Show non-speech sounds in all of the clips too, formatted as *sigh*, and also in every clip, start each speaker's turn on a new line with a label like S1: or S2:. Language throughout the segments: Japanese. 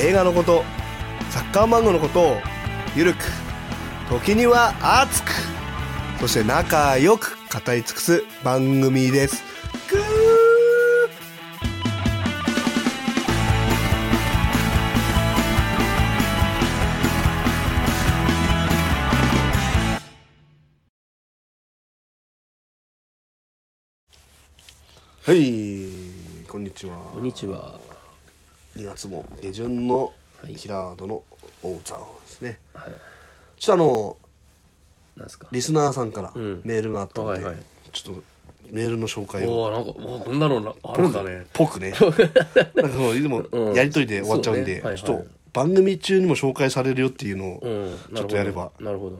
S1: 映画のことサッカー漫画のことをゆるく時には熱くそして仲良く語り尽くす番組ですぐーはいこんにちは
S2: こんにちは。
S1: 2月も下旬の
S2: はい
S1: キラードの大ちゃんですね、
S2: はい。
S1: ちょっとあの
S2: なんですか。
S1: リスナーさんから
S2: ん
S1: メールがあったので、
S2: はいはい
S1: ちょっとメールの紹介を
S2: おお、なんか、おーこんなのな、あるんだね。
S1: ぽ
S2: *laughs*
S1: くねなんかもういつも
S2: うん
S1: やりとりで終わっちゃうんで、
S2: そうねはいはい
S1: ちょっと番組中にも紹介されるよっていうの
S2: う
S1: を
S2: ん。なるほど
S1: ちょっとやれば
S2: なるほど。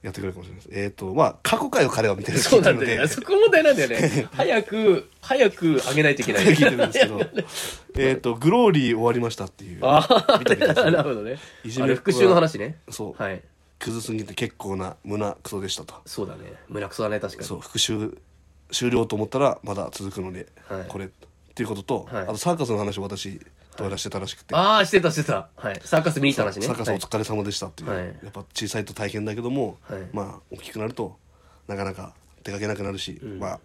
S1: やってくれるかもしれないです、えっ、とまあ過去回を彼は見てる
S2: そうなん
S1: 聞いて
S2: だ
S1: る
S2: よ
S1: の
S2: ね。
S1: で
S2: そこ問題なんだよ
S1: *laughs*
S2: ね。早く、早く上げないといけない。
S1: 聞いてるんですけどえっと「グローリー終わりました」っていう
S2: *laughs* ああ、
S1: 見た見た
S2: なるほどね
S1: いじ。めっ子
S2: あれ、
S1: が
S2: 復讐の話ね。
S1: そう
S2: はい。
S1: クズすぎて結構な胸クソでしたと
S2: そうだね。胸くそだね、確かに。
S1: そう復習終了と思ったらまだ続くので、
S2: はい
S1: これっていうことと、
S2: はい
S1: あとサーカスの話を私と話してたらしくて、
S2: ああ、してた、してた。はい。サーカス見に行った話ね。
S1: サーカス
S2: は
S1: お
S2: い
S1: 疲れ様でしたっていう、
S2: はい
S1: やっぱ小さいと大変だけども、
S2: はい
S1: まあ大きくなるとなかなか出かけなくなるし、まあ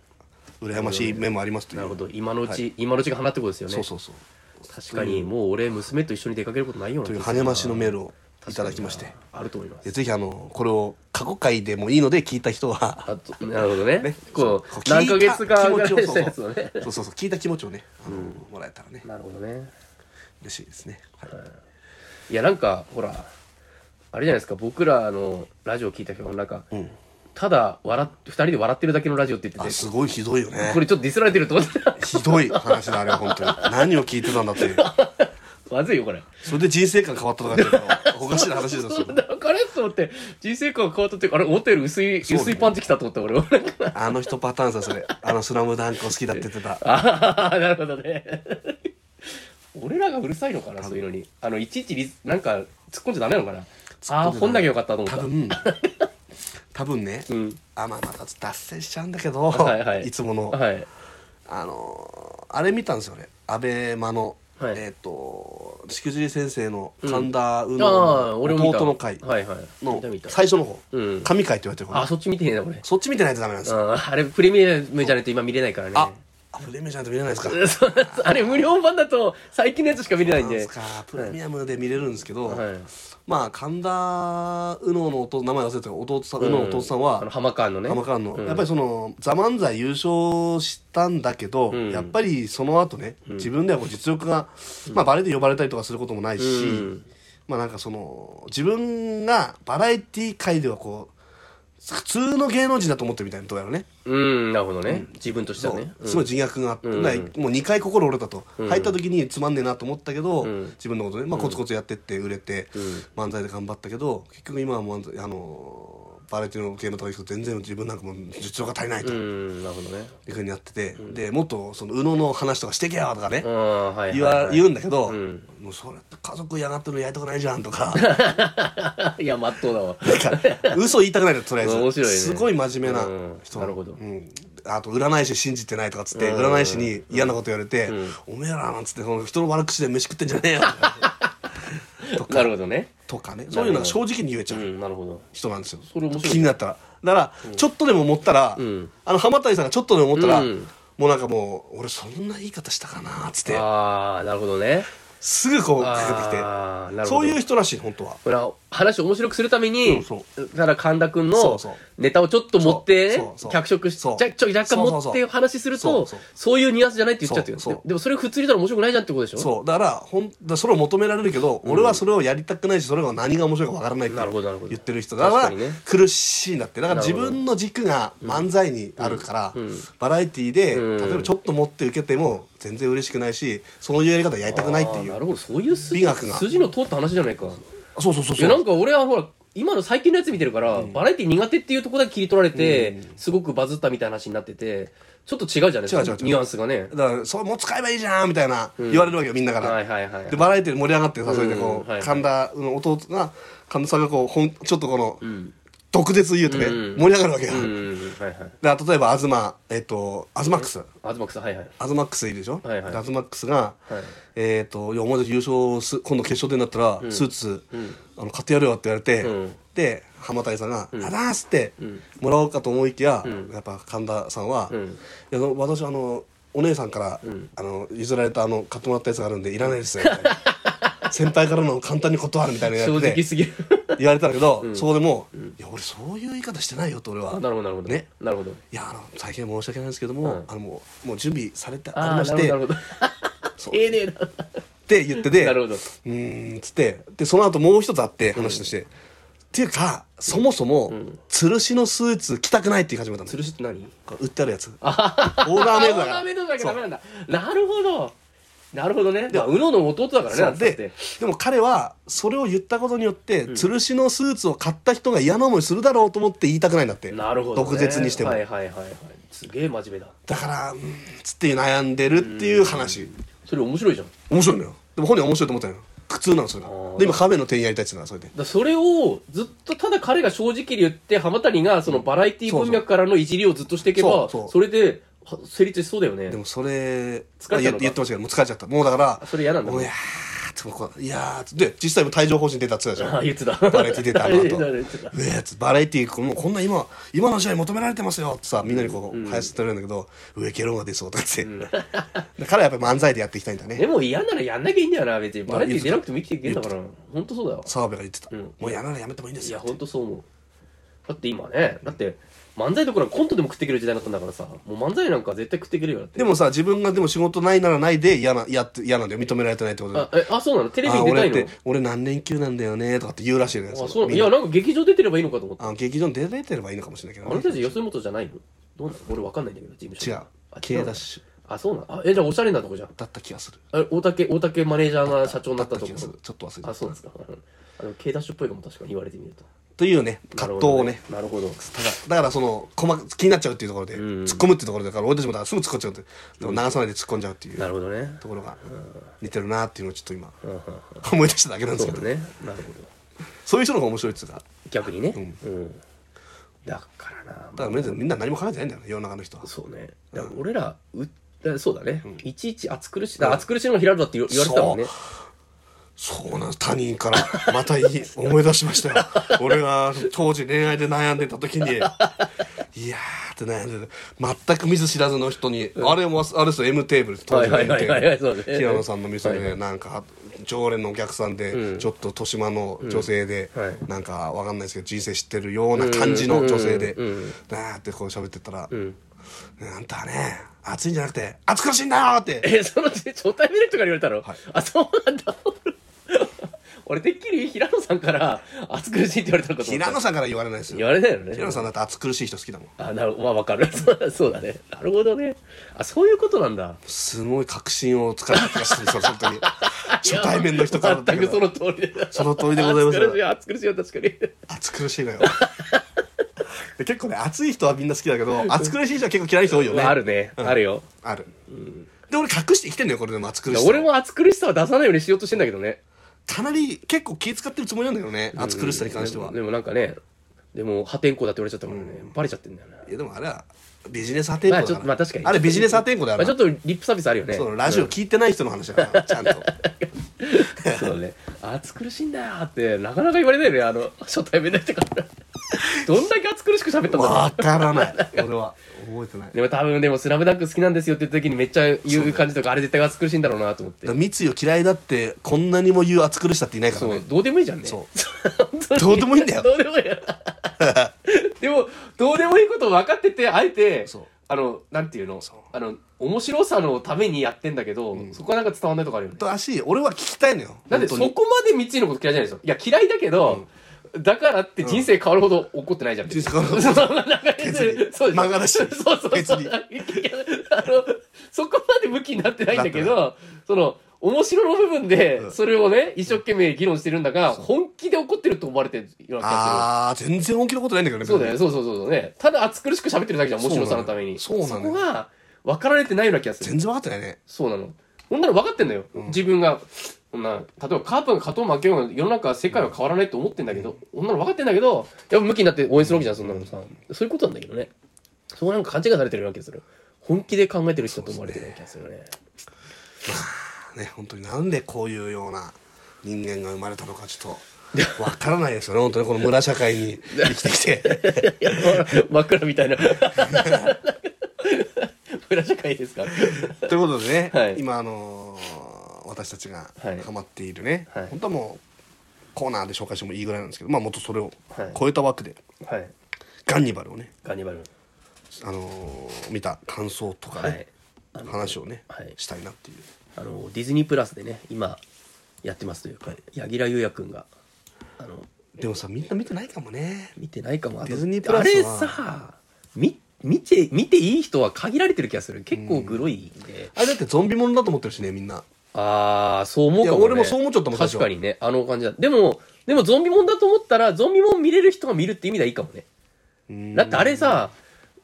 S1: 羨ましい面もありますという
S2: なるほど。今のうち、今のうちが花ってことですよね。
S1: そうそうそう
S2: 確かに、もう俺、娘と一緒に出かけることないような
S1: とい
S2: 気
S1: う
S2: がす
S1: 跳
S2: る
S1: ね
S2: な。
S1: ましのメールをいただきまして
S2: あると思います
S1: で。ぜひあのこれを過去回でもいいので聞いた人は
S2: あとなるほどね。こ
S1: そう
S2: う、何ヶ月かぐらい
S1: 聞いた気持ち
S2: したやつを
S1: を
S2: ね。
S1: そうそうそうそうそう聞いた気持ちをね、あのもらえたらね
S2: なるほどね。
S1: 嬉しいですね、はい
S2: いや、なんか、ほら、あれじゃないですか、僕らのラジオ聞いた人も、なんか、ただ笑っ、二人で笑ってるだけのラジオって言っ
S1: あ
S2: てて、
S1: すごいひどいよね
S2: これちょっとディスられてると思って *laughs* た。
S1: ひどい話だあれは本当に何を聞いてたんだっていう
S2: まずいよ、これ。
S1: それで人生観変わったとかっていうのおかしい話ですよ
S2: そうだからと思って、人生観が変わったっていうか、あれ、思ったより薄い、
S1: そうね
S2: 薄いパンチ来たと思った、俺は。なんか
S1: あの人パターンさそれあの「スラムダンクを好きだって言ってた
S2: ああ、なるほどね。俺らがうるさいのかな、そういうのに。あの、いちいちリス、なんか、突っ込んじゃダメなのかな。ああ、本投げよかったと思った
S1: 多。分多分ね、
S2: ん
S1: あまあまた脱線しちゃうんだけど、
S2: はいはい。
S1: つもの、
S2: はい。
S1: あのーあれ見たんですよねアベマの、
S2: はい
S1: えっ、としくじり先生の神田う
S2: あ
S1: の
S2: あ、
S1: の
S2: 俺も見た。
S1: 弟の会
S2: はいはい。見
S1: の
S2: た見た。
S1: 最初の方、
S2: うん
S1: 神回って言われてる方
S2: あ、そっち見てねえな、俺。
S1: そっち見てないとダメなんですよ
S2: うん、あれ、プレミアムじゃないと今見れないからね。
S1: あ、あプレミアムじゃないと見れないですか。
S2: *laughs* そうなんですあれ、無料版だと最近のやつしか見れないん
S1: なんで
S2: で。
S1: すか。プレミアムで見れるんですけど、
S2: はい
S1: まあ神田うのの弟名前忘れてたけど弟さん、うのの弟さん
S2: あの、
S1: は。
S2: 浜川のね。
S1: 浜川の、
S2: うん
S1: やっぱりその「ザ漫才優勝したんだけど、
S2: ん
S1: やっぱりその後ね、自分ではこう実力が、まあ、バレエで呼ばれたりとかすることもないし、
S2: うん
S1: まあなんかその自分がバラエティー界ではこう普通の芸能人だと思ってるみたいなとこやろね
S2: うん、なるほどね。自分としてはね。
S1: そうすごい自虐があって、
S2: うん
S1: なもう2回心折れたと、入った時につまんねえなと思ったけど、自分のことね、まあ、コツコツやってって売れて、漫才で頑張ったけど結局今は漫才あのーバラエティの系のとこ行くと全然自分なんかもう実力が足りないと。
S2: う
S1: い
S2: ん、なるほどね。
S1: うふうにやってて、でもっとその宇野の話とかしてけやとかね
S2: う、ん、はいはい、
S1: 言わ
S2: はい。
S1: 言うんだけど、
S2: ん
S1: もうそれって家族嫌がってるのやりたくないじゃんと
S2: *laughs*
S1: か
S2: いや、まっとうだわ。
S1: なんか嘘言いたくないのとりあえず
S2: 面白いね
S1: すごい真面目な
S2: う
S1: 人、
S2: んなるほど
S1: うんあと占い師信じてないとかっつって占い師に嫌なこと言われて「おめえら」なんつってその人の悪口で飯食ってんじゃね
S2: *laughs*
S1: えよ
S2: なるほどね。
S1: とかねそういうのが正直に言えちゃ
S2: う、
S1: うん
S2: なるほど。
S1: 人なんですよ
S2: それ面白い
S1: 気になったらだからちょっとでも思ったら
S2: ん
S1: あの浜谷さんがちょっとでも思ったら
S2: うん
S1: もうなんかもう俺そんな言い方したかなっつって
S2: ああ、なるほどね。
S1: すぐこうかけて
S2: ああ、
S1: き
S2: な
S1: て
S2: る
S1: そ
S2: ほど。
S1: ういう人らしい本当は
S2: ほら話を面白くするために、
S1: そ
S2: だから神田君
S1: そ
S2: の
S1: うそう
S2: ネタをちょっと持ってね
S1: そうそう
S2: 脚色しち
S1: そ
S2: ゃ
S1: う
S2: ちょ若干
S1: そ
S2: 持
S1: うそう
S2: っ
S1: そ
S2: て
S1: う
S2: 話すると
S1: そうそう
S2: そういうニュアンスじゃないって言っちゃってる
S1: そうそう
S2: ででもそれ普通に言ったら面白くないじゃんってことでしょ
S1: そうだからほんだからそれを求められるけど、俺はそれをやりたくないしそれが何が面白いかわからないって
S2: なるほどなるほど
S1: 言ってる人だから
S2: 確かにね
S1: 苦しいんだってだから
S2: な
S1: 自
S2: るほど
S1: 分の軸が漫才にあるから、バラエティーで、
S2: うん
S1: 例えばちょっと持って受けても全然嬉しくないしそういうやり方やりたくないって
S2: あー
S1: い
S2: な
S1: う
S2: るほどそういう筋
S1: 美学が
S2: 筋の通った話じゃないか
S1: そうそうそう
S2: い
S1: そ
S2: や
S1: う
S2: なんか俺はほら今の最近のやつ見てるから、バラエティ苦手っていうところだけ切り取られて、すごくバズったみたいな話になっててちょっと違うじゃないですか
S1: 違う違う違う
S2: ニュアンスがね
S1: だからそれもう使えばいいじゃんみたいな言われるわけよみんなから、
S2: はいはいはい
S1: でバラエティで盛り上がってさ、
S2: うん
S1: それでこう、
S2: はい
S1: 神田の弟が神田さんがこうほんちょっとこの、
S2: ん
S1: 毒舌言うとね、
S2: うん
S1: 盛り上がるわけよ、
S2: うんうんうんはいはい
S1: で例えば東えっとアズマックス
S2: アズマックスはいはい
S1: アズマックスいるでしょ、
S2: はいはい
S1: でアズマックスが、
S2: はい
S1: えっといやお前たち優勝す今度決勝点になったら、スーツ、
S2: ん
S1: あの買ってやるよって言われて、
S2: うん
S1: で浜谷さんが「あらーす」ってもらおうかと思いきや、やっぱ神田さんは「
S2: うん
S1: いや私あのお姉さんから、あの譲られたあの買ってもらったやつがあるんでいらないです」みたい
S2: *laughs*
S1: な先輩からの簡単に断るみたいなや
S2: 正
S1: つで
S2: 直すぎ
S1: *laughs*
S2: る
S1: 言われたんだけど、そこでもう、いや俺そういう言い方してないよ」と俺は
S2: あなるほどなるほど
S1: ね
S2: なるほど
S1: いやあの最近は申し訳ないんですけども、
S2: うん
S1: あのもうもう準備されてあり
S2: あ
S1: ま
S2: あな
S1: し
S2: るほど
S1: て
S2: な
S1: っ
S2: るほど
S1: そう
S2: 丁寧な
S1: て言ってて
S2: なるほど
S1: うーんつってでその後もう一つあって話として、っていうかそもそも、吊るしのスーツ着たくないって言い始めたんです
S2: 吊るしって何
S1: 売ってあるやつオーダーメイドだから
S2: あーメイドだけダメなんだなるほどなるほどねまあうのの弟だからね
S1: そ
S2: だ
S1: う
S2: っ
S1: で
S2: て
S1: でも彼はそれを言ったことによって、吊るしのスーツを買った人が嫌な思いするだろうと思って言いたくないんだって
S2: なるほどね
S1: 毒舌にしても、
S2: はいはいはいはいすげえ真面目だ
S1: だからうーんつって悩んでるっていう話、
S2: それ面白いじゃんだか
S1: 面白いのよでも本人は面白いと思ったのよ苦痛なのそれが
S2: あー
S1: で今カフェの店員やりたいっつうのはそれで
S2: らそれをずっとただ彼が正直に言って浜谷がそのバラエティ文脈からのいじりをずっとしていけば
S1: そうそう
S2: それでは成立しそうだよね
S1: でもそれ
S2: 疲れたのか
S1: 言って言ってましたけどもう疲れちゃったもうだから
S2: それ嫌なんだ
S1: もういやーって僕はいやーってで実際も帯状疱疹出たっつってたじ
S2: あ
S1: ゃ
S2: あ
S1: ん
S2: 言ってた
S1: バラエティ出たあの後
S2: *laughs* 言ってた
S1: うえーっつってバラエティーもうこんな今今の試合求められてますよってさみんなにこう林ってるんだけど、上ケロンが出そうとかって、 *laughs* だからやっぱり漫才でやっていきたいんだね
S2: でも嫌ならやんなきゃいいんだよな別にバラエティ出なくても生きていけんだから本当そうだよ
S1: 澤部が言ってた、
S2: うん
S1: もうやらないやめてもいいんで
S2: い
S1: す
S2: や
S1: よ
S2: 本当そう思うだって今ねだって漫才どころかコントでも食っていける時代になったんだからさもう漫才なんか絶対食っていけるよだって
S1: でもさ自分がでも仕事ないならないで嫌な嫌って嫌なんだよ認められてないってことで
S2: あえあそうなのテレビ
S1: あ
S2: に出たい
S1: 俺っ
S2: の
S1: て俺何年級なんだよねとかって言うらしいね
S2: あそう
S1: み
S2: い
S1: んな
S2: やなんか劇場出てればいいのかと思った
S1: あの劇場に出れてればいいのかもしれないけ
S2: あ
S1: ど、
S2: の
S1: ね、
S2: 人たちよそ元じゃないのどうなの俺わかんないんだけど事務所
S1: 違う
S2: あ違
S1: K
S2: う
S1: ダ
S2: の
S1: ッシュ
S2: あそうなのあえじゃあおしゃれなとこじゃん
S1: だった気がする
S2: あれ大竹大竹マネージャーが社長になった
S1: だ
S2: と
S1: 気
S2: こ
S1: がするちょっと忘れて
S2: あそうなんですかうんあの K ダッシュっぽいかも確かに言われてみると
S1: というね葛藤をね
S2: なるほどね
S1: ただだからその細か気になっちゃうっていうところで、
S2: ん
S1: 突っ込むっていうところだから俺たちもだからすぐ突っ込んじゃうってでも流さないで突っ込んじゃうっていう
S2: なるほどねなるほどね
S1: ところが似てるなっていうのをちょっと今
S2: うんうんうん
S1: 思い出しただけなんです
S2: そ
S1: け
S2: う
S1: ど
S2: だねなるほど
S1: そういう人の方が面白いっつうか
S2: 逆にねうん、だからな
S1: だからみんなみんな何も考えてないんだよね世の中の人は
S2: そうねだから俺らうだそうだね、いちいち暑苦しいだから暑苦しいのが平野だって言わ言われてたもんね
S1: そうなんです他人からまたいい思い出しま
S2: *laughs*
S1: したよ俺が当時恋愛で悩んでた時にいやーって悩んでる全く見ず知らずの人に、あれもあれですよ M テーブル当時の M テ
S2: はいはいはいは
S1: ー
S2: いそ
S1: ブ
S2: う
S1: ル
S2: ね
S1: 平野さんの店で、
S2: はいは
S1: なんか常連のお客さんで、ちょっと豊島の女性で、
S2: うんはい
S1: なんかわかんないですけど人生知ってるような感じの女性で、
S2: うんうんうん
S1: なーってこう喋ってたら「
S2: ん
S1: あんたはね暑いんじゃなくて暑苦しいんだよ!」って
S2: えその初対面の人から言われたの、
S1: はい
S2: あそうなんだ俺てっきり平野さんから暑苦しいって言われたのかと思った
S1: 平野さんから言われないです
S2: 言
S1: よ
S2: われないよね
S1: 平野さんだって暑苦しい人好きだもん
S2: あなるまあわかるそうだそうだねなるほどねあそういうことなんだ
S1: すごい確信をつかれた気がするんですよ、
S2: *laughs*
S1: 本当に。初対面の人からだった
S2: 全
S1: け
S2: くそ
S1: ど。
S2: の通りで
S1: その通りでございます
S2: *laughs* 暑苦しい暑苦しいよ確かに
S1: 暑苦しいのよ。 *laughs* で結構ね、暑い人はみんな好きだけど、暑苦しい人は結構嫌いな人多いよね。
S2: まああるね
S1: うん
S2: あるよ。
S1: ある。で、俺隠して生きてんのよ、これでも暑苦しさ。
S2: 俺。も暑苦しさは出さないようにしようとしてんだけどね
S1: かなり結構気使ってるつもりなんだけどね、暑苦しさに関しては。
S2: でもなんかねでも破天荒だって言われちゃったからね、バレちゃってんだよない
S1: や、でもあれはビジネス破天
S2: まあ
S1: 荒
S2: ち
S1: だ
S2: ょっ
S1: か
S2: とま
S1: ら
S2: あ確かに
S1: あれビジネス破天荒だよ
S2: まあ
S1: な
S2: ちょっとリップサービスあるよね
S1: そう、ラジオ
S2: ん
S1: 聞いてない人の話だから、ちゃん
S2: *laughs*
S1: と。
S2: そうね暑苦しいんだよってなかなか言われないよねあの初対面の
S1: *laughs*
S2: 人からどんだけ暑苦しく喋ったんだろ。
S1: わからない。俺は。覚えてないう
S2: でも多分でも「スラムダンク好きなんですよって言った時にめっちゃ言う感じとかあれ絶対暑苦しいんだろうなと思って
S1: だから三井を嫌いだってこんなにも言う暑苦しさっていないから
S2: そう
S1: ね
S2: どうでもいいじゃんね
S1: そう *laughs* どうでもいいんだよ
S2: どうでもいいよでもどうでもいいことを分かっててあえて
S1: そう
S2: あのなんていうの
S1: そう
S2: あの面白さのためにやってんだけど、そこはなんか伝わんないとこあるよね
S1: と足俺は聞きたいのよ
S2: だってそ
S1: 本当に
S2: こまで三井のこと嫌いじゃないですよいや嫌いだけど、だからって人生変わるほど怒ってないじゃん、 *laughs*
S1: 人生変わるほど
S2: そうそうそうそう
S1: 別に
S2: そう
S1: 漫画だし
S2: そうそうそう
S1: 別に
S2: だあの、そこまで向きになってないんだけど、その、面白の部分
S1: う
S2: で、
S1: ん
S2: それをね、一生懸命議論してるんだが、本気で怒ってると思われてるような気が
S1: ああ、全然本気のことないんだけどね。
S2: する。そうだよね、そうそうそうそうね。ただ熱苦しく喋ってるだけじゃん、面白さのために。
S1: そうなのよそうなの
S2: こが、分かられてないような気がする。
S1: 全然分かってないね。
S2: そうなの。ほんなら分かってんだよ。自分が、こんな、例えばカープが勝とう負けようが世の中は世界は変わらないと思ってんだけど、ほんなら分かってんだけど、やっぱ向きになって応援するわけじゃん、そんなのさ。そういうことなんだけどね。そこなんか勘違いされてるような気がする。本気で考えてる人と思われてるような気がす
S1: *laughs*
S2: るね。
S1: ね、本当になんでこういうような人間が生まれたのかちょっと分からないです
S2: *laughs*
S1: よね、本当にこの村社会に生きてきて。
S2: いや、枕みたいな。 *laughs* 村社会ですか
S1: ということでね、
S2: はい
S1: 今、あのー私たちが
S2: はい
S1: ハマっているね、
S2: はい
S1: 本当はもうコーナーで紹介してもいいぐらいなんですけど、まあ、もっとそれを
S2: はい
S1: 超えた枠で、
S2: はい。
S1: ガンニバルをね、
S2: ガニバル。
S1: あのー見た感想とか
S2: は
S1: ね、
S2: い。
S1: 話をね、
S2: はい
S1: したいなっていう。
S2: あのディズニープラスでね今やってますというか柳楽優弥君があの
S1: でもさみんな見てないかもね
S2: 見てないかもあと
S1: ディズニープラスは
S2: あれさ見見て見ていい人は限られてる気がする結構グロいんで、
S1: あれだってゾンビものだと思ってるしねみんな
S2: ああそう思うかも、ね、
S1: いや俺もそう思っちゃったもん最初
S2: 確かにねあの感じだでもでもゾンビもんだと思ったらゾンビもん見れる人が見るって意味ではいいかもねだってあれさ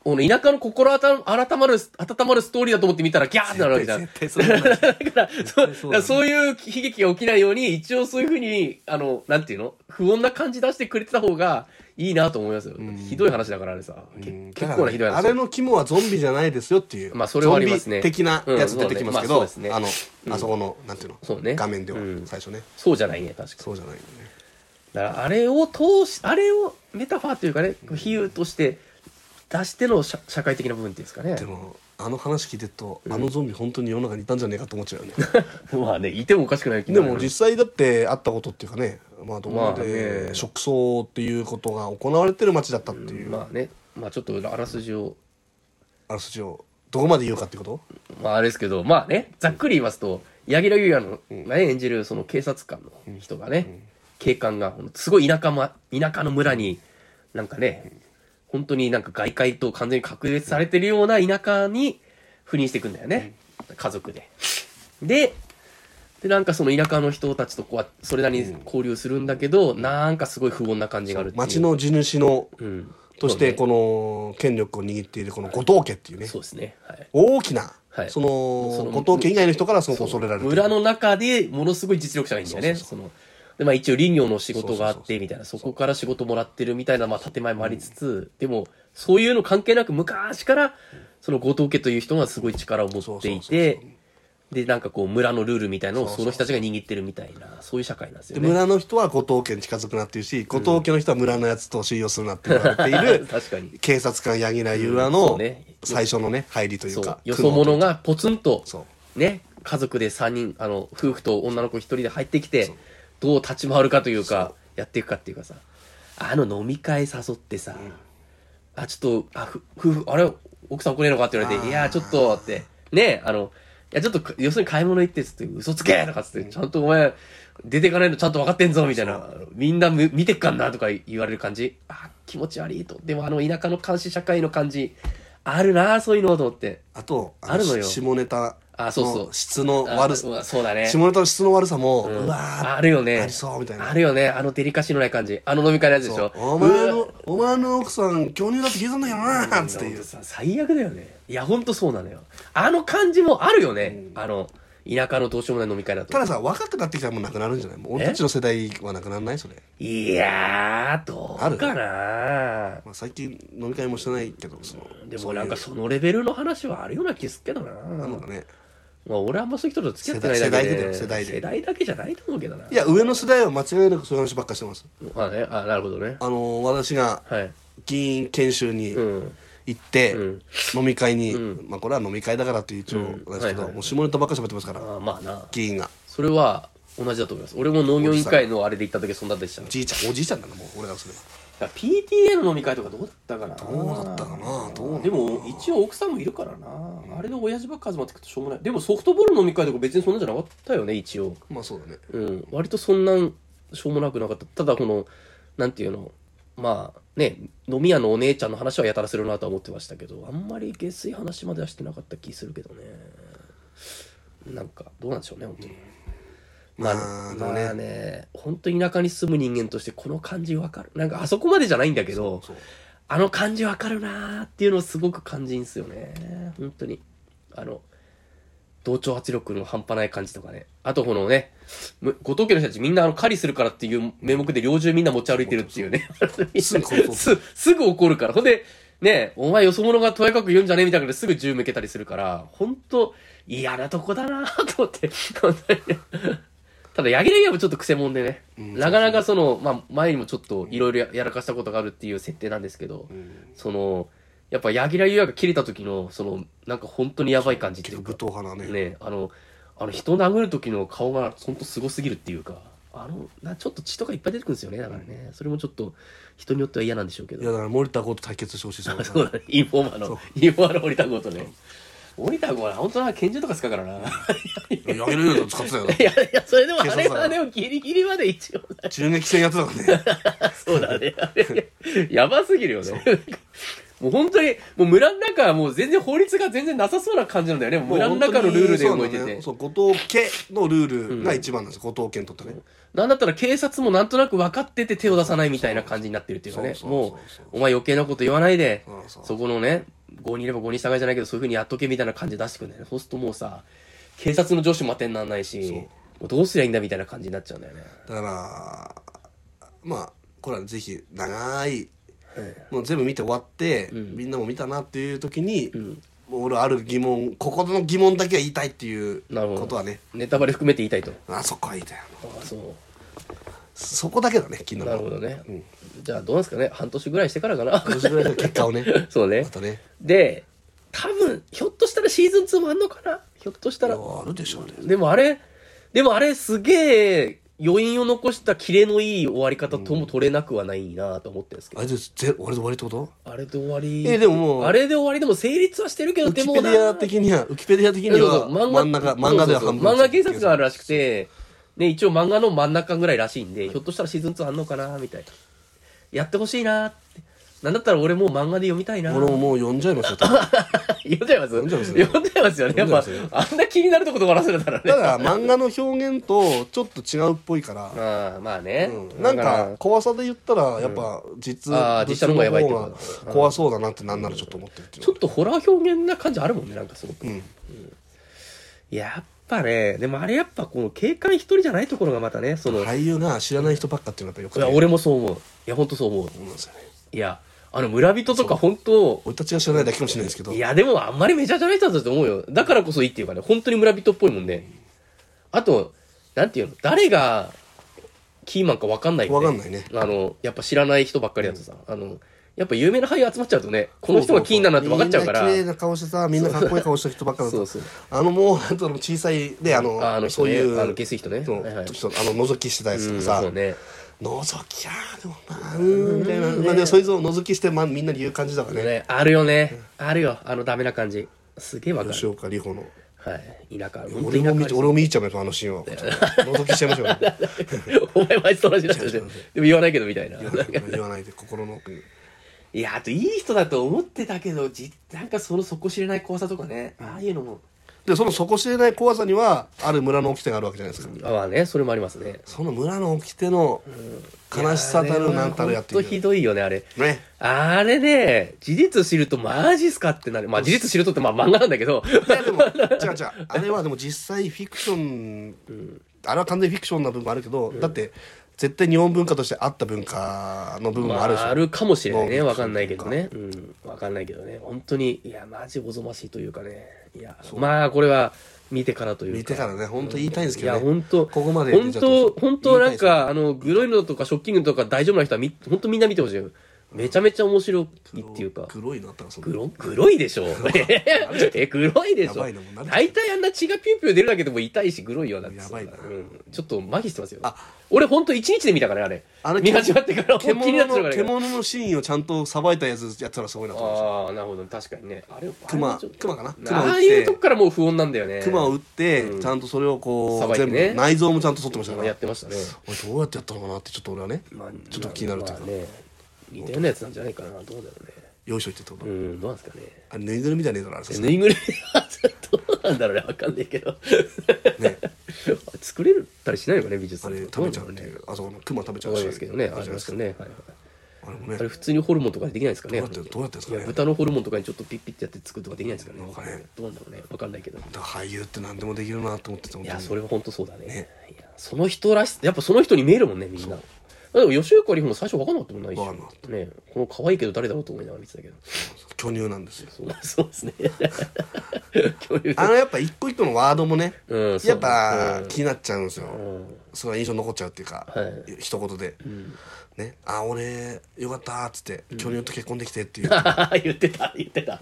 S2: この田舎の心あた改まる温まるストーリーだと思って見たらギャーってなるわけじゃん
S1: 絶対絶対そ
S2: *laughs*
S1: んな
S2: だから、そう
S1: そ
S2: そうう,、
S1: だね
S2: いう悲劇が起きないように、一応そういうふうに、あの、なんていうの不穏な感じ出してくれてた方がいいなと思いますよ。ひどい話だから、あれさ。け
S1: だ
S2: 結
S1: から
S2: 構なひどい
S1: あ
S2: 話。
S1: れの肝はゾンビじゃないですよっていう、
S2: まあそれはありますね
S1: ゾンビ的なやつ出てきますけど、
S2: うんそうねま
S1: あ
S2: あそ
S1: の
S2: うです
S1: あそこの、なんていうの
S2: そうね
S1: 画面では、
S2: うん
S1: 最初ね
S2: そうじゃないね、確か
S1: そうじゃないよね
S2: だから、あれを通し、あれをメタファーというかね、比喩として出しての社社会的な部分っていうんですかね
S1: で。もあの話聞いてると、あのゾンビ本当に世の中にいたんじゃねえかと思っちゃうよ
S2: *laughs*
S1: ね
S2: まあね、いてもおかしくない
S1: で
S2: 気にな
S1: も
S2: る
S1: 実際だってあったことっていうかねまあどこま
S2: まあ
S1: で
S2: ね
S1: 食葬っていうことが行われてる街だったっていう、
S2: まあね、まあちょっとあらすじを、
S1: あらすじをどこまで言うかってこと
S2: まああれですけど、まあね、ざっくり言いますと、柳楽優弥の、ね演じるその警察官の人がね、警官が、すごい田舎ま、田舎の村に、なんかね、本当になんか外界と完全に隔絶されてるような田舎に赴任していくんだよね。家族で。で、で、なんかその田舎の人たちとこう、それなりに交流するんだけど、なんかすごい不穏な感じがあるっていう。
S1: 町の地主の、
S2: うん、
S1: としてこの権力を握っているこの後藤家っていうね
S2: そうですね。はい。
S1: 大きな、
S2: はい
S1: そ
S2: そ
S1: の
S2: の
S1: 後藤家以外の人からすごく恐れられてる
S2: 村の中でものすごい実力者がいいんだよね。そのでまあ、一応林業の仕事が
S1: そうそう
S2: あっ
S1: そう
S2: てみたいなそこから仕事もらってるみたいな、まあ、建前もありつつ、でもそういうの関係なく昔からその後藤家という人がすごい力を持ってい
S1: そうそう
S2: てでなんかこう村のルールみたいのを
S1: そう
S2: その人たちが握ってるみたいなそういう社会なんです
S1: で
S2: よね。
S1: 村の人は後藤家に近づくなっていうし後藤家の人は村のやつと信用するなって言われている
S2: *laughs* 確かに
S1: 警察官柳楽優弥
S2: うんそ
S1: の
S2: うね
S1: 最初のね入りという
S2: そう
S1: か
S2: よそ者がポツンと
S1: そ
S2: ね、家族で3人あの夫婦と女の子1人で入ってきてどう立ち回るかというかやっていくかっていうかさあの飲み会誘ってさ、あちょっとあふ夫婦あれ奥さん来ねえのかって言われ
S1: あ
S2: て「
S1: ー
S2: いやちょっと」ってねあのいやちょっと要するに買い物行ってっつって「嘘つけ!」とかっつって「ちゃんとお前出てかないのちゃんと分かってんぞ」みたいな「みんなむ見てっかんな」とか言われる感じあ気持ち悪いとでもあの田舎の監視社会の感じあるなそういうのと思って
S1: あと
S2: あるのよ
S1: 下ネタ
S2: あそうそう
S1: の質の
S2: あ
S1: 悪
S2: う
S1: さ
S2: わそうだね
S1: 下ネタの質の悪さも、う
S2: うん
S1: わー
S2: あるよね。
S1: ありそうみたいな
S2: あるよね。あのデリカシーのない感じ。あの飲み会のやつでしょ。
S1: お前
S2: うわ
S1: のお前の奥さん巨乳だって聞いたんだけどなーつっていう
S2: さ最悪だよね。いや、ほんとそうなのよ。あの感じもあるよね。あの、田舎のどうしようもない飲み会だ
S1: た
S2: と。
S1: ださ若くなってきたらもうなくなるんじゃないもう俺たちの世代はなくならないそれ、
S2: いやー、どうかな
S1: まあ、最近飲み会もしてないけどその
S2: で
S1: そ
S2: も
S1: ういう
S2: なんかそのレベルの話はあるような気すっけどな。
S1: なのかね
S2: まあ俺あんまそういう人と付き合ってないだけで。
S1: 世代世代で
S2: 世代だけじゃないと思うけどな。
S1: いや上の世代は間違いなくそういう話ばっかしてます
S2: まあね、あ、なるほどね。
S1: あの私が
S2: はい。
S1: 議員研修に
S2: うん。
S1: 行って、
S2: うん
S1: 飲み会に、
S2: う
S1: まあこれは飲み会だからっていう一応なんですけど、
S2: はいはい
S1: もう下ネタばっかり喋ってますから、
S2: あまあな。
S1: 議員が
S2: それは同じだと思います。俺も農業委員会のあれで行った時そんなでした
S1: お。じいちゃんおじいちゃんだなもう俺らそれは
S2: だから PTA の飲み会とかどうだったかな
S1: どうだったかなどうなんだ
S2: でも一応奥さんもいるからな、あれで親父ばっか集まってくとしょうもないでもソフトボールの飲み会とか別にそんなんじゃなかったよね一応
S1: まあそうだね
S2: うん割とそんなんしょうもなくなかったただこのなんていうのまあね、飲み屋のお姉ちゃんの話はやたらするなとは思ってましたけど、あんまり下水話まではしてなかった気するけどね。なんか、どうなんでしょうね、本当に。まあ、
S1: まあ
S2: まあね、本当に田舎に住む人間としてこの感じわかる。なんかあそこまでじゃないんだけど、
S1: そう
S2: *laughs* あの感じわかるなーっていうのをすごく感じんすよね。本当に。あの、同調圧力の半端ない感じとかね。あとこのね、むご当家の人たちみんなあの狩りするからっていう名目で猟銃みんな持ち歩いてるっていうね。
S1: すぐそうそう
S2: *laughs* すすぐ怒るから。ほんで、ねお前よそ者がとやかく言うんじゃねえみたいなのですぐ銃向けたりするから、ほんと嫌なとこだなーと思って。 *laughs* 本当にただ、ヤギレギアもちょっと癖もんでね、
S1: ん
S2: なかなかその、まあ、前にもちょっといろいろやらかしたことがあるっていう設定なんですけど、
S1: うん
S2: その、やっぱ、柳楽優弥が切れた時の、その、なんか本当にやばい感じっていう
S1: 武
S2: か、
S1: 闘派なね
S2: ね、あの、あの、人殴る時の顔が本当すごすぎるっていうか、あの、なちょっと血とかいっぱい出てくるんですよね、だからね。それもちょっと、人によっては嫌なんでしょうけ
S1: いや
S2: ど。
S1: だから森田剛と対決してほしいですよね
S2: *laughs* そうだね、インフォーマー
S1: そう
S2: の、インフォーマーの折田剛とね。折田剛は本当は拳銃とか使うからな。 *laughs* い
S1: いややめるよ使ってた
S2: *laughs*
S1: よ
S2: やいや、それでもあ
S1: 警
S2: れ
S1: 察だ
S2: はでもギリギリまで一応
S1: 銃撃戦やってたからね
S2: そうだね。やばすぎるよね。もう本当に、もう村の中はもう全然法律が全然なさそうな感じなんだよね。村の中のルールで動いて
S1: そうな
S2: て
S1: んだよ。そう後藤家のルールが一番なんですよ後藤家にとってね
S2: なんだったら警察もなんとなく分かってて手を出さないみたいな感じになってるっていうかね。
S1: そうそうそう
S2: も
S1: そう
S2: う、お前余計なこと言わないで
S1: そう、そう
S2: そこのね、5にいれば5に従いじゃないけど、そういう風にやっとけみたいな感じで出してくんだよね。そうするともうさ、警察の上司も当てにならないし、もうどうすりゃいいんだみたいな感じになっちゃうんだよね。
S1: だからまあこれはぜひ長いもう全部見て終わってみんなも見たなっていう時にもう俺はある疑問ここの疑問だけは言いたいっていう
S2: なるほど
S1: ことはね
S2: ネタバレ含めて言いたいと。
S1: あそこは言いたい
S2: ああ、そう。
S1: そこだけだね昨日
S2: なる
S1: の
S2: ほどね。じゃあどうなんですかね半年ぐらいしてから
S1: *laughs*
S2: かな。
S1: 面白い結果を
S2: *laughs*
S1: ね
S2: そうね
S1: ま。たね
S2: で、多分、ひょっとしたらシーズン2もあんのかなひょっとした
S1: いや
S2: ら。
S1: あるでしょうね
S2: でもあれ、でもあれすげえ余韻を残したキレのいい終わり方とも取れなくはないなと思ってるんですけ
S1: あ
S2: ど。
S1: れでぜ俺で終わりってこと
S2: あれで終わり。
S1: えでももう
S2: あれで終わりでも成立はしてるけど、
S1: ウ
S2: で
S1: キ
S2: も
S1: ペディア的にはウキペディア的には
S2: そうそう
S1: 真ん中漫画では
S2: そう
S1: 半
S2: そうそう
S1: 分
S2: 漫画警察があるらしくて、ね、一応漫画の真ん中ぐらいらしいんで、ひょっとしたらシーズン2あんのかなみたいな。やってほしいなって。なんだったら俺もう漫画で読みたいな
S1: 俺ももう読んじゃいました
S2: *laughs* 読んじゃいます
S1: んじゃいます
S2: 読んじゃいますよね。やっぱ
S1: 読んじゃいま、
S2: あんな気になるとこで終わらせるならね
S1: た。だ漫画の表現とちょっと違うっぽいから
S2: まあ、まあね。
S1: うんなんか、怖さで言ったらやっぱ実
S2: あー実写の方がやばいってこと
S1: が怖そうだなってなんならちょっと思ってるっていう
S2: ちょっとホラー表現な感じあるもんね、なんかすごく。うんやっぱね、でもあれやっぱこの警官一人じゃないところがまたね、その、い、
S1: 俳優が知らない人ばっかっていうのはやっぱよ
S2: や
S1: くない
S2: 俺もそう思う。いや、ほんとそう思う。
S1: 思うんですよね
S2: いや、あの村人とか本当
S1: 俺たちが知らないだけかもしれないですけど
S2: いや、でもあんまりメジャーじゃない人だったと思うよ。だからこそいいっていうかね、本当に村人っぽいもんで、あと、なんていうの、誰がキーマンか分かんないよね。
S1: 分かんないね
S2: あの、やっぱ知らない人ばっかりだとさ、あの、やっぱ有名な俳優集まっちゃうとね、この人がキーなんだって分かっちゃうから。
S1: みんな綺麗な顔してさみんなかっこいい顔した人ばっかだ
S2: そ
S1: と
S2: うそう。
S1: あのもうなんとの小さいであの
S2: ああの人
S1: そう
S2: ね、
S1: いう
S2: あの下水人ね。
S1: そう
S2: はいはい。
S1: ちょっとあの覗きしてたやつと
S2: う
S1: か
S2: ん
S1: さ、
S2: そうね。
S1: 覗きやーでもまあうーんみたいな、まあ、でもそいつを覗きして、まあ、みんなに言う感じだからね
S2: ねあるよね。あるよ。あのダメな感じ。すげえ分か
S1: 吉
S2: る。
S1: 岡里帆の
S2: はい。田舎。本当
S1: 俺
S2: に
S1: も
S2: 田舎
S1: 見
S2: です
S1: ち俺も見ちゃうよあのシーンは覗きしちゃいましょうよ
S2: *laughs* お前毎日同じだっ
S1: *laughs*
S2: たでしょ。でも言わないけどみたいな。
S1: 言わないで心の奥に
S2: いや、あといい人だと思ってたけど、じなんかその底知れない怖さとかね、ああいうのも。
S1: でその底知れない怖さにはある村の掟があるわけじゃないですか、
S2: あまあね、それもありますね。
S1: その村の掟の悲しさたるなんたるやって
S2: ほんとひ
S1: いう
S2: どいよね、あれ。
S1: ね
S2: あれね、事実知るとマジっすかってなる。まあ事実知るとってまあ漫画なんだけど、
S1: いやでも違う違うあれはでも実際フィクション、あれは完全にフィクションな部分もあるけど、だって絶対日本文化としてあった文化の部分
S2: ま
S1: もあるでしょ、
S2: あ、あるかもしれないね。
S1: まあ
S2: わかんないけどね。うん。わかんないけどね。本当に、いや、マジおぞましいというかね。いや、まあこれは見てからというか。
S1: 見てからね本当言いたいんです
S2: い
S1: けど、
S2: や、
S1: ね、
S2: 本当
S1: ここまで
S2: 本当本当なん
S1: 言い
S2: か、あの、グロいのとかショッキングとか大丈夫な人はみ、本当みんな見てほしいよ。めちゃめちゃ面白いっていうか。
S1: 黒いなったらその
S2: グロ、グロいでしょ *laughs* え、グロいでし
S1: や
S2: ょ
S1: ばいなもう慣れちゃった
S2: 大体あんな血がピューピュー出るだけでも痛いし、グロいよ、だってさ。
S1: やばいな
S2: うん。ちょっと麻痺してますよ
S1: あ。
S2: 俺ほんと一日で見たからね、あ
S1: あ
S2: れ。
S1: れ
S2: 見始まってからもう気に
S1: 獣
S2: なってるか
S1: の
S2: らね。
S1: 獣のシーンをちゃんとさばいたやつやったらすごいなと思いまし
S2: ああ、なるほど。確かにね。あれ、
S1: た熊
S2: あれもちょっと
S1: 熊かな熊を
S2: あ
S1: 撃
S2: あ
S1: っ
S2: いう
S1: て
S2: とこからもう不穏なんだよね。
S1: 熊を撃って、ちゃんとそれをこ
S2: さ
S1: う
S2: ばいて
S1: 全
S2: ね
S1: 部内臓もちゃんと取ってましたか
S2: や
S1: ら
S2: ってましたね。
S1: 俺どうやってやったのかなってちょっと俺はね、
S2: まあ
S1: ちょっと気になるというか、
S2: まあね似たようなやつなんじゃないかな。どうだろうね。
S1: よいしょってってこと、
S2: うん、どうなんですかね。
S1: あれぬいぐるみじゃねえだろあれさすが
S2: ぬいぐるみは *laughs* どうなんだろうね。わかんないけど。
S1: ね
S2: *laughs* 作れたりしないのかね、美術
S1: あ
S2: とか
S1: れ食べちゃうっていうあそうクマ食べちゃ
S2: わ
S1: う
S2: か
S1: し
S2: りますけどね。
S1: あれ
S2: あり
S1: じゃない
S2: ま
S1: ですか
S2: すよね。はいはい
S1: あれもね
S2: あれ普通にホルモンとかできないですかね。
S1: どうやってどうやってですかね
S2: いや豚のホルモンとかにちょっとピッピッってやって作るとかできないですかね。
S1: なんかね
S2: どうなんだろうね。わかんないけど。
S1: だから俳優って何でもできるなと思ってて本
S2: い
S1: 当
S2: や、
S1: に
S2: それは本当そうだね。
S1: ね
S2: いやその人らしさ、やっぱその人に見えるもんね、みんな。でも吉岡里帆も最初わかんなかったもんないし。
S1: わかんなかった
S2: ねこの可愛いけど誰だろうと思いながら見てたけど。
S1: 巨乳なんですよ
S2: そうそうですね。 *laughs* 恐竜
S1: あのやっぱ一個一個のワードもね、
S2: うんそう
S1: やっぱ気になっちゃうんですよ、
S2: うん
S1: すごい印象に残っちゃうっていうか、
S2: はい
S1: 一言で「ねあ俺よかった」っつって「巨乳と結婚できて」っていう、
S2: *laughs* 言ってた、言ってた。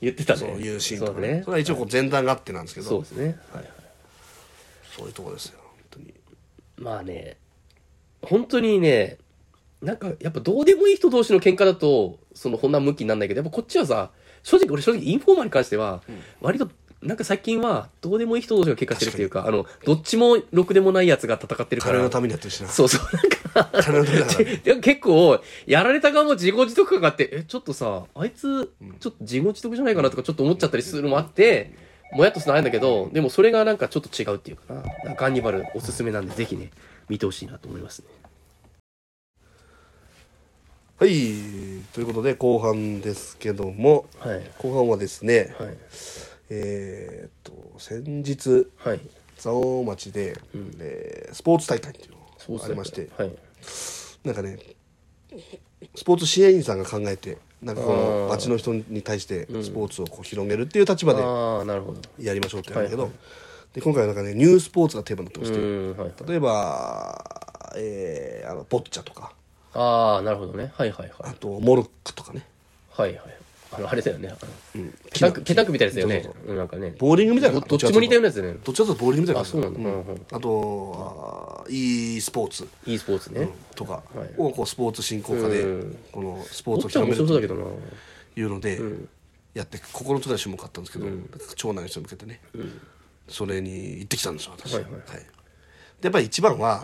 S2: 言ってたね。
S1: そういうシーンと
S2: そ
S1: か
S2: う
S1: ね
S2: ね。
S1: それは一応こう前段があってなんですけど
S2: そう
S1: そう
S2: ですね。はい
S1: いうとこですよ本当に
S2: まあね、本当にね、なんかやっぱどうでもいい人同士の喧嘩だと、そのこんな向きになんないけど、やっぱこっちはさ、正直俺正直インフォーマーに関しては、割と、なんか最近はどうでもいい人同士が喧嘩してるっていうか、あの、どっちもろくでもないやつが戦ってるか
S1: 金
S2: ら
S1: の。ためにやってるしな
S2: そうそう、なんか。
S1: 金のためだから
S2: *laughs*
S1: ね
S2: いや結構、やられた側も自業自得感があって、え、ちょっとさ、あいつ、ちょっと自業自得じゃないかなとかちょっと思っちゃったりするのもあって、もやっとするのあるんだけど、でもそれがなんかちょっと違うっていうかな。なんかガンニバルおすすめなんで、ぜひね、見てほしいなと思いますね。
S1: はいということで後半ですけども
S2: はい。
S1: 後半はですね
S2: はい。
S1: えーっと先日
S2: はい。
S1: 蔵王町で、えースポーツ大会っていうのがありまして
S2: はい。
S1: なんかねスポーツ支援員さんが考えてなんかこの
S2: あー
S1: 町の人に対してスポーツをこう広げるっていう立場で
S2: ああ、なるほど。
S1: やりましょうってやるんだけど、
S2: はい
S1: で今回はなんかねニュースポーツがテーマになってま
S2: う
S1: して、
S2: ん、はい。
S1: 例えば、えーあのボッチャとか
S2: ああ、なるほどね。はいはいは
S1: あ
S2: い。
S1: とモルックとかね、
S2: はいはい。あの、あれだよね。あの
S1: うん、
S2: ペタンク、ペタンクみたいですよね。
S1: そうそう
S2: うんなんかね。
S1: ボーリングみたいな
S2: どどっちも似たようなやつだよね。
S1: どっちだとボーリングみたいな
S2: あそうなんだうんうん
S1: あとあー e スポーツ
S2: e スポーツね。
S1: とか
S2: はい
S1: をこうスポーツ振興課で
S2: うん
S1: このスポ
S2: ボ
S1: ーツを
S2: ッチ
S1: 広
S2: ャ面
S1: める
S2: 白
S1: と
S2: そうだけどな。
S1: いうのでやってここの都市も買ったんですけど、町内の人に向けてね、それに行ってきたんですよ私、
S2: はいはい
S1: でやっぱり一番は、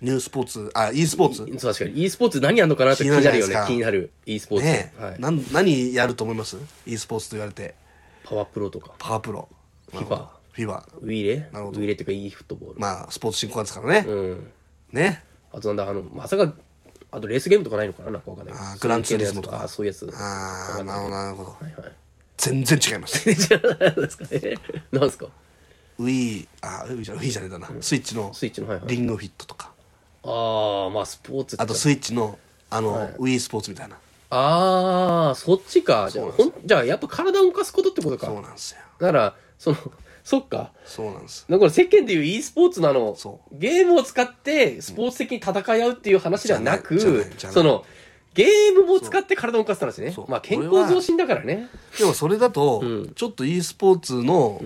S1: ニュースポーツあ e スポーツ
S2: そう確かに e スポーツ何やんのかなって気
S1: 気
S2: に
S1: にな
S2: なる
S1: る
S2: よ
S1: じ
S2: ね
S1: ゃないですか
S2: 気になる e スポーツ、
S1: ねえ、
S2: はい、
S1: なん何やると思います e スポーツと言われて
S2: パワープロとか
S1: パワープロ
S2: フィバ
S1: フィバ
S2: ウィーレウ
S1: なるほ
S2: ィ
S1: ど
S2: ーレっていうか e フットボール、
S1: まあスポーツ振興課ですからね、
S2: うん
S1: ね
S2: あとなんだあのまさかあとレースゲームとかないのかななんかわかんないけど
S1: あーグランツーリスモとか
S2: そういう系のやつ
S1: ああ
S2: わかん
S1: なる
S2: ない
S1: ほどなるほど
S2: とかはい
S1: 全然違います
S2: じゃない *laughs* ですかねなんですか
S1: Wii あ Wii じゃ Wii じゃねえだな、スイッチの
S2: スイッチのはいはい
S1: リングフィットとか
S2: ああまあスポーツって
S1: あとスイッチのあの、Wii スポーツみたいな
S2: ああそっちかじゃあほんじゃあやっぱ体を動かすことってことか
S1: そうなんですよ
S2: だからそのそっか
S1: そうなんです
S2: だから世間でいう e スポーツなの
S1: そ
S2: ゲームを使ってスポーツ的に戦い合うっていう話ではなく
S1: じゃないじゃないじゃない
S2: そのゲームも使って体を動かすって話ね
S1: そう
S2: まあ健康増進だからね
S1: でもそれだと、
S2: ん
S1: ちょっと e スポーツの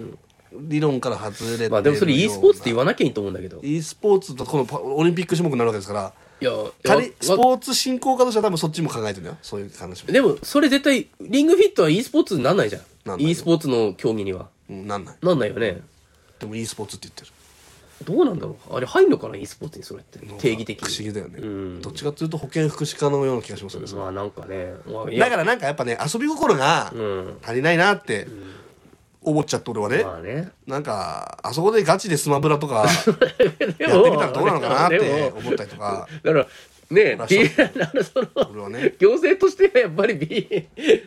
S1: 理論から外れて、
S2: まあでもそれ e スポーツって言
S1: わ
S2: わなきゃいいと思うんだけど
S1: e スポーツとこのパオリンピック種目になるわけですから
S2: いやいや
S1: 仮ス
S2: わ
S1: ポーツ振興家としては多分そっちも考えてるんだよそういう話も、
S2: でもそれ絶対リングフィットは e スポーツになんないじゃ
S1: なんんない
S2: e スポーツの競技には
S1: うん、なんない
S2: なんないよね
S1: でも e スポーツって言って
S2: どうなんだろうあれ入んのかな e スポーツにそれって
S1: る
S2: 定義的
S1: 不思
S2: に
S1: 議だよね、
S2: うん
S1: どっちかっていうと保健福祉課のような気がしますよね、
S2: まあなんかね
S1: だかららなんかやっぱね遊び心が
S2: うん
S1: 足りないなって思っちゃって俺はね、
S2: まあね
S1: なんかあそこでガチでスマブラと
S2: *laughs*
S1: か
S2: やって
S1: やってみたらどうなのかなって思ったりとか
S2: だから、ね
S1: まあ
S2: え、ビあの、その、
S1: 俺はね
S2: 行政としてはやっぱりビ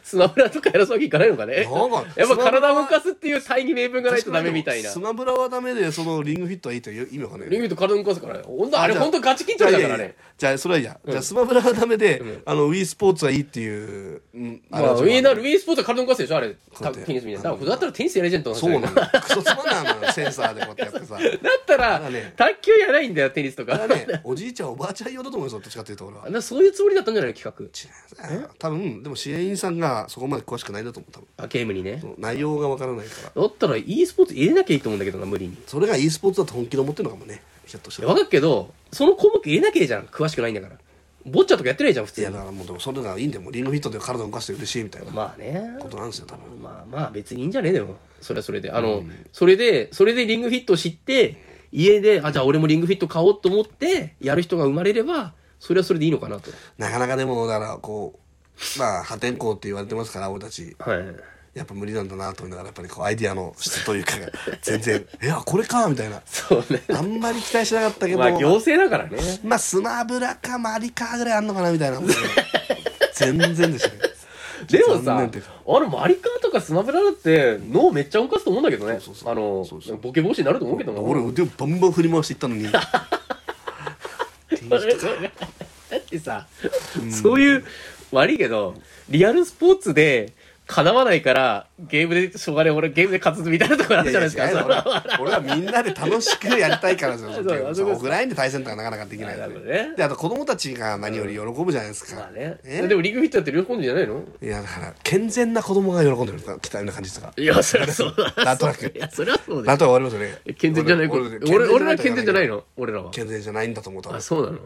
S2: スマブラとかやらすわけいかないのかね。
S1: なんか
S2: やっぱ体を動かすっていう大義名分がないとダメみたいな。
S1: スマブラはダメでそのリングフィットはいいという意味わかんないよ
S2: リ
S1: ね
S2: ングと体を動かすからね。ほんと、あれ
S1: じゃ
S2: ほんとガチ緊
S1: じ
S2: 張だ
S1: ゃ
S2: か
S1: あ
S2: ら
S1: いやいや
S2: ね。
S1: じゃあそれはいいや、じゃあスマブラはダメで、あの Wii スポーツはいいっていう、うん、
S2: ま
S1: れは
S2: あ、
S1: ちょ
S2: ウ
S1: っと
S2: ィーナー、ウィースポーツは体を動かすでしょあれ、
S1: うや
S2: た
S1: って
S2: テニスみたいな。だから、だったらテニスやれじゃんと
S1: そうな
S2: だ。
S1: ん
S2: だ
S1: だクソつまんないのよセンサーでこうやってやってさ
S2: ったら
S1: だね、
S2: 卓球やらないんだよ、テニスと
S1: あれは
S2: か。
S1: ねおじいちゃんおばあちゃん用だと思うんですよどっちかっていうと俺は
S2: あんなそういうつもりだったんじゃないの企
S1: 違う多分でも支援員さんがそこまで詳しくないんだと思う多分
S2: 画。あ、ゲームにね
S1: そ。の内容がわからないから
S2: だったら、e スポーツ入れなきゃいいと思うんだけどな、無理に。
S1: それが e スポーツだと本気で思ってるのかもねひょっとしたら
S2: わかるけど、その項目入れなきゃいいじゃん。詳しくないんだから。ボッチャとかやってないじゃん、普
S1: いや
S2: 通に
S1: だ。からもうでもそれならいいんだよもうリングフィットで体動かして嬉しいみたいなこ
S2: まあね。
S1: となんですよ多分
S2: まあまあ別にいいんじゃねえでも。それはそれで。あの、それで、それでリングフィットを知って、家で、あ、じゃあ俺もリングフィット買おうと思って、やる人が生まれれば、それはそれでいいのかなと。
S1: なかなかでもだからこうまあ破天荒って言われてますから俺たち
S2: はい。
S1: やっぱ無理なんだなと思いながらやっぱりこうアイディアの質というか *laughs* が全然「いやこれか」みたいな
S2: そうね。
S1: あん *laughs* まり期待しなかったけど、
S2: まあ行政だからね。
S1: まあスマブラかマリカぐらいあんのかなみたいな全然でしたね
S2: *laughs* でも
S1: 残
S2: さ、
S1: 念というか
S2: あのマリカーとかスマブラだって脳めっちゃ動かすと思うんだけど
S1: そ
S2: ね。
S1: うそうそう
S2: あの
S1: そうそう
S2: ボケ防止になると思うけどな。
S1: 俺腕をバンバン振り回していったのに
S2: だってさ、そういう、悪いけど、リアルスポーツで、叶わないから、ゲームで、しょうがねえ俺ゲームで勝つみたいなところあるじゃないですか。
S1: いやいや違う
S2: それ
S1: よ
S2: は
S1: 俺は俺はみんなで楽しくやりたいからですよ
S2: *laughs* そう
S1: ゲーム
S2: あそ
S1: そ
S2: うです
S1: うオフラインで対戦とかなかなかできない
S2: な
S1: の
S2: るほ
S1: で,、
S2: どね
S1: であと子供たちが何より喜ぶじゃないですか、
S2: まあね。
S1: え
S2: でもリングフィットやって喜んでんじゃないの
S1: いやだから健全な子供が喜んでるみたいな感じですか
S2: いや、そりゃそうだ。
S1: なんとなく
S2: いや、そりゃそ
S1: な
S2: うだ
S1: ん
S2: よ。
S1: とか終わりますよね
S2: 健全じゃないこ
S1: 俺
S2: れ。俺、俺ら健全じゃない
S1: の
S2: の俺らは。
S1: 健全じゃないんだと思うと
S2: あ、そうなの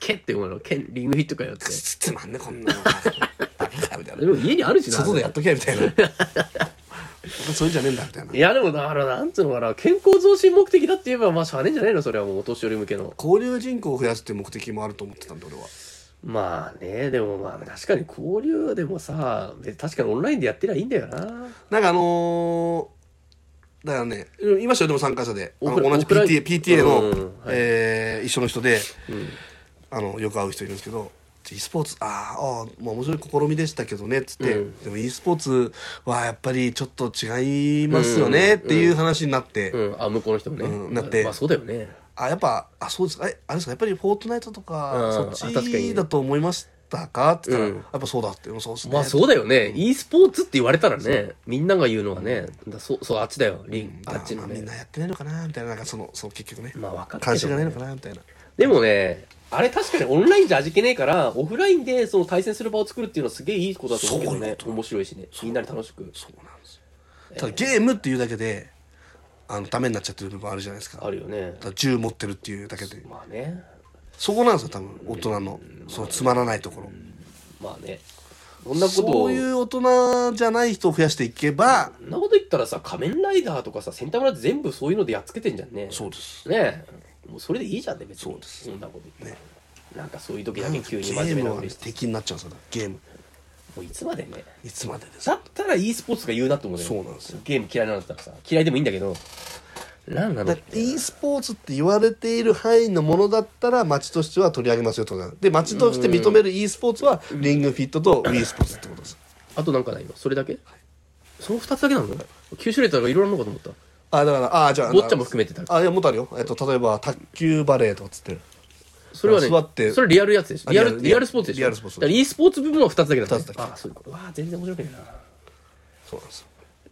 S2: ケって思うのケン、リングフィットかよって。
S1: つつまんねこんなの
S2: *laughs*
S1: バカかみたいな
S2: でも家にあるしな。
S1: 外でやっときゃみたいな *laughs* そういうんじゃねえんだみたいない
S2: *laughs* や、でもだから、なんつうのかな、健康増進目的だって言えば、まあ、しゃあねえんじゃないのそれはもうお年寄り向けの。
S1: 交流人口を増やすっていう目的もあると思ってたんで俺は
S2: まあね、でもまあ確かに交流でもさ、別確かにオンラインでやってりゃいいんだよな。
S1: なんかあのーだからねいましたよでも参加者であの
S2: オフラ
S1: 同じ
S2: オフライン
S1: PTA, PTA の、
S2: うんうんはい
S1: えー一緒の人で、あのよく会う人いるんですけど e スポーツあーあー、まあ、面白い試みでしたけどねっつって、でも e スポーツはやっぱりちょっと違いますよねっていう話になって、
S2: うん、あ、向こうの人もね。
S1: うんだって
S2: まあそうだよね。
S1: あやっぱあそうですかえあれですかやっぱり「フォートナイト」とか、
S2: うん
S1: そ
S2: あ
S1: っ
S2: 確か
S1: ち
S2: に
S1: だと思いましたかって言ったら、
S2: うん
S1: やっぱそうだってうんそうっすね、
S2: まあそうだよね。e スポーツって言われたらね、みんなが言うのはね、だそう、そう、あっちだよ。リン、あっち
S1: ま
S2: の
S1: あ、みん
S2: ね。
S1: なやってないのかなみたいななんかそのその結局ね、
S2: まあわかる
S1: 関
S2: け
S1: 心
S2: ど
S1: がないの
S2: ね。
S1: かなみたいな
S2: でもね、あれ確かにオンラインじゃ味気ねえから、オフラインでその対戦する場を作るっていうのはすげえいいことだと思うけど
S1: そういう
S2: ね
S1: こ。と
S2: 面白いしね。みんなに楽しく。
S1: そうなんですよただゲームっていうだけであのダメになっちゃってる部分あるじゃないですか
S2: あるよ
S1: だ。
S2: ね
S1: から銃持ってるっていうだけで
S2: まあね。
S1: そこなんですよ多分大人のそのつまらないところ
S2: まあね。そんなことを。
S1: そういう大人じゃない人を増やしていけば
S2: そんなこと言ったらさ、仮面ライダーとかさ、センター村って全部そういうのでやっつけてんじゃんね。
S1: そうです
S2: ねえ。もうそれでいいじゃんね、別に。そう
S1: です
S2: そんなこと言って。なんかそういう時だ
S1: ゲ
S2: け急に真面
S1: ー
S2: 目な
S1: ムは
S2: ふ
S1: ね
S2: りして。
S1: 敵になっちゃうんですよゲーム
S2: もういつまでね。
S1: いつまでです
S2: だったら e スポーツが言うなって思うね。
S1: そうなんですよ。
S2: ゲーム嫌いなんだったらさ、嫌いでもいいんだけど、なんなの
S1: だ e スポーツって言われている範囲のものだったら町としては取り上げますよってことなんで町として認める e スポーツはリングフィットと e スポーツってことです
S2: あとなんかないのそれだけその2つだけなの ?9 種類だったらいろいろなのかと思った。
S1: あだからあじゃあ
S2: ボッチャも含めてた
S1: あいやもっとあるよ、えっと、例えば卓球バレーとかっつってる
S2: それはね、
S1: 座って
S2: それリアルやつでしょ
S1: あ
S2: リア
S1: リア
S2: ル、
S1: ル
S2: リアルスポーツでしょ
S1: リアルスポーツ
S2: だから e スポーツ部分は2つだけだった、
S1: 二つだけ
S2: ああ、そういうこと。わあ、全然面白くないな。
S1: そうなんですよ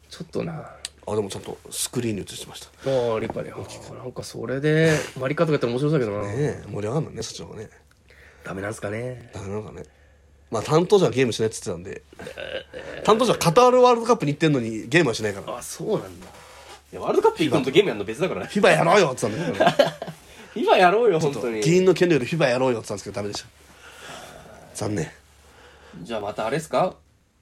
S2: ちょっとな。
S1: あでもちゃんとスクリーンに映してましたね
S2: ああ、立派だよ。なんかそれで、マリカとかやったら面白そうだけどな。
S1: え盛り上がるのねそっちの方がね
S2: ダメなんすかね。
S1: だからなんかねまあ担当者はゲームしないっつってたんで担当者はカタールワールドカップに行ってんのにゲームはしないから
S2: あ、そうなんだ。いや、ワールドカップ行くのとゲームやるの別だ *laughs* からね。
S1: フィバやろうよっつってたんだけ
S2: 今やろうよ、本当
S1: ど
S2: に。
S1: 議員の権利よりフィバやろうよっつってたんですけどダメでした残念
S2: じゃあまたあれですか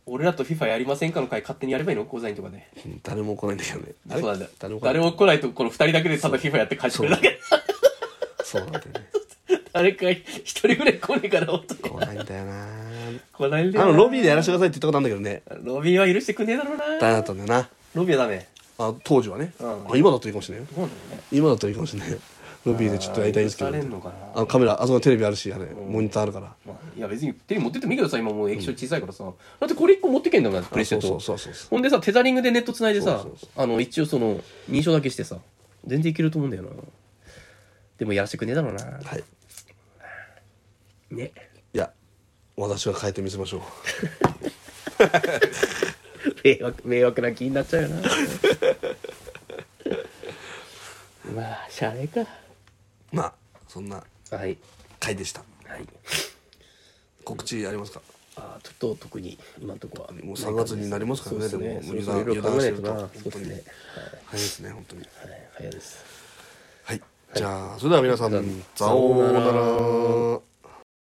S2: 俺らと FIFA やりませんかの会勝手にやればいいの講座員とかで。
S1: うん誰も来ないんだけどねあ
S2: そう
S1: れ
S2: なんだ。
S1: 誰も来ない
S2: 誰も来ないと、この二人だけでただ FIFA やって勝ち取るだけ。
S1: そうなんだよね
S2: 誰か一人ぐらい来ねえから、本当に。
S1: 来ないんだよな
S2: 来ないんだ
S1: あ
S2: よ
S1: の
S2: な
S1: ロビーでやらせてくださいって言ったことあるんだけどね
S2: ロビーは許してくんねえだろう
S1: ダメ
S2: な。
S1: だったんだよな
S2: ロビーはダメ。
S1: あ当時はね、
S2: うん
S1: あ今だといいかもしれないよ
S2: そうなんだよね。
S1: 今だといいかもしれないよロビーでちょっとやりたいんですけど
S2: あー許されんのかな
S1: あのカメラあそこにテレビあるしあれ、モニターあるから
S2: まあ、いや別に手に持ってってもいいけどさ今もう液晶小さいからさ、だってこれ1個持ってけんだもんなプレステと
S1: そうそうそうそう
S2: ほんでさテザリングでネットつないでさ
S1: そうそう
S2: あの一応その認証だけしてさ全然いけると思うんだよなでもやらせてくんねえだろうな
S1: はい *laughs*
S2: ね
S1: いや私は変えてみせましょう *laughs*
S2: 迷惑迷惑な気になっちゃうよな *laughs* まあしゃあねえ
S1: まあそんな
S2: かはい
S1: 回でした
S2: はい
S1: 告知ありますか
S2: あーちょっと特に今のとこは
S1: もう3月になりますからね
S2: そうです
S1: でも
S2: そうそういろいろ考えないとな
S1: 油断してると
S2: そうですね
S1: 早いですね本当に
S2: はいはい早いです
S1: はい、じゃあそれでは皆さん
S2: ん
S1: さようなら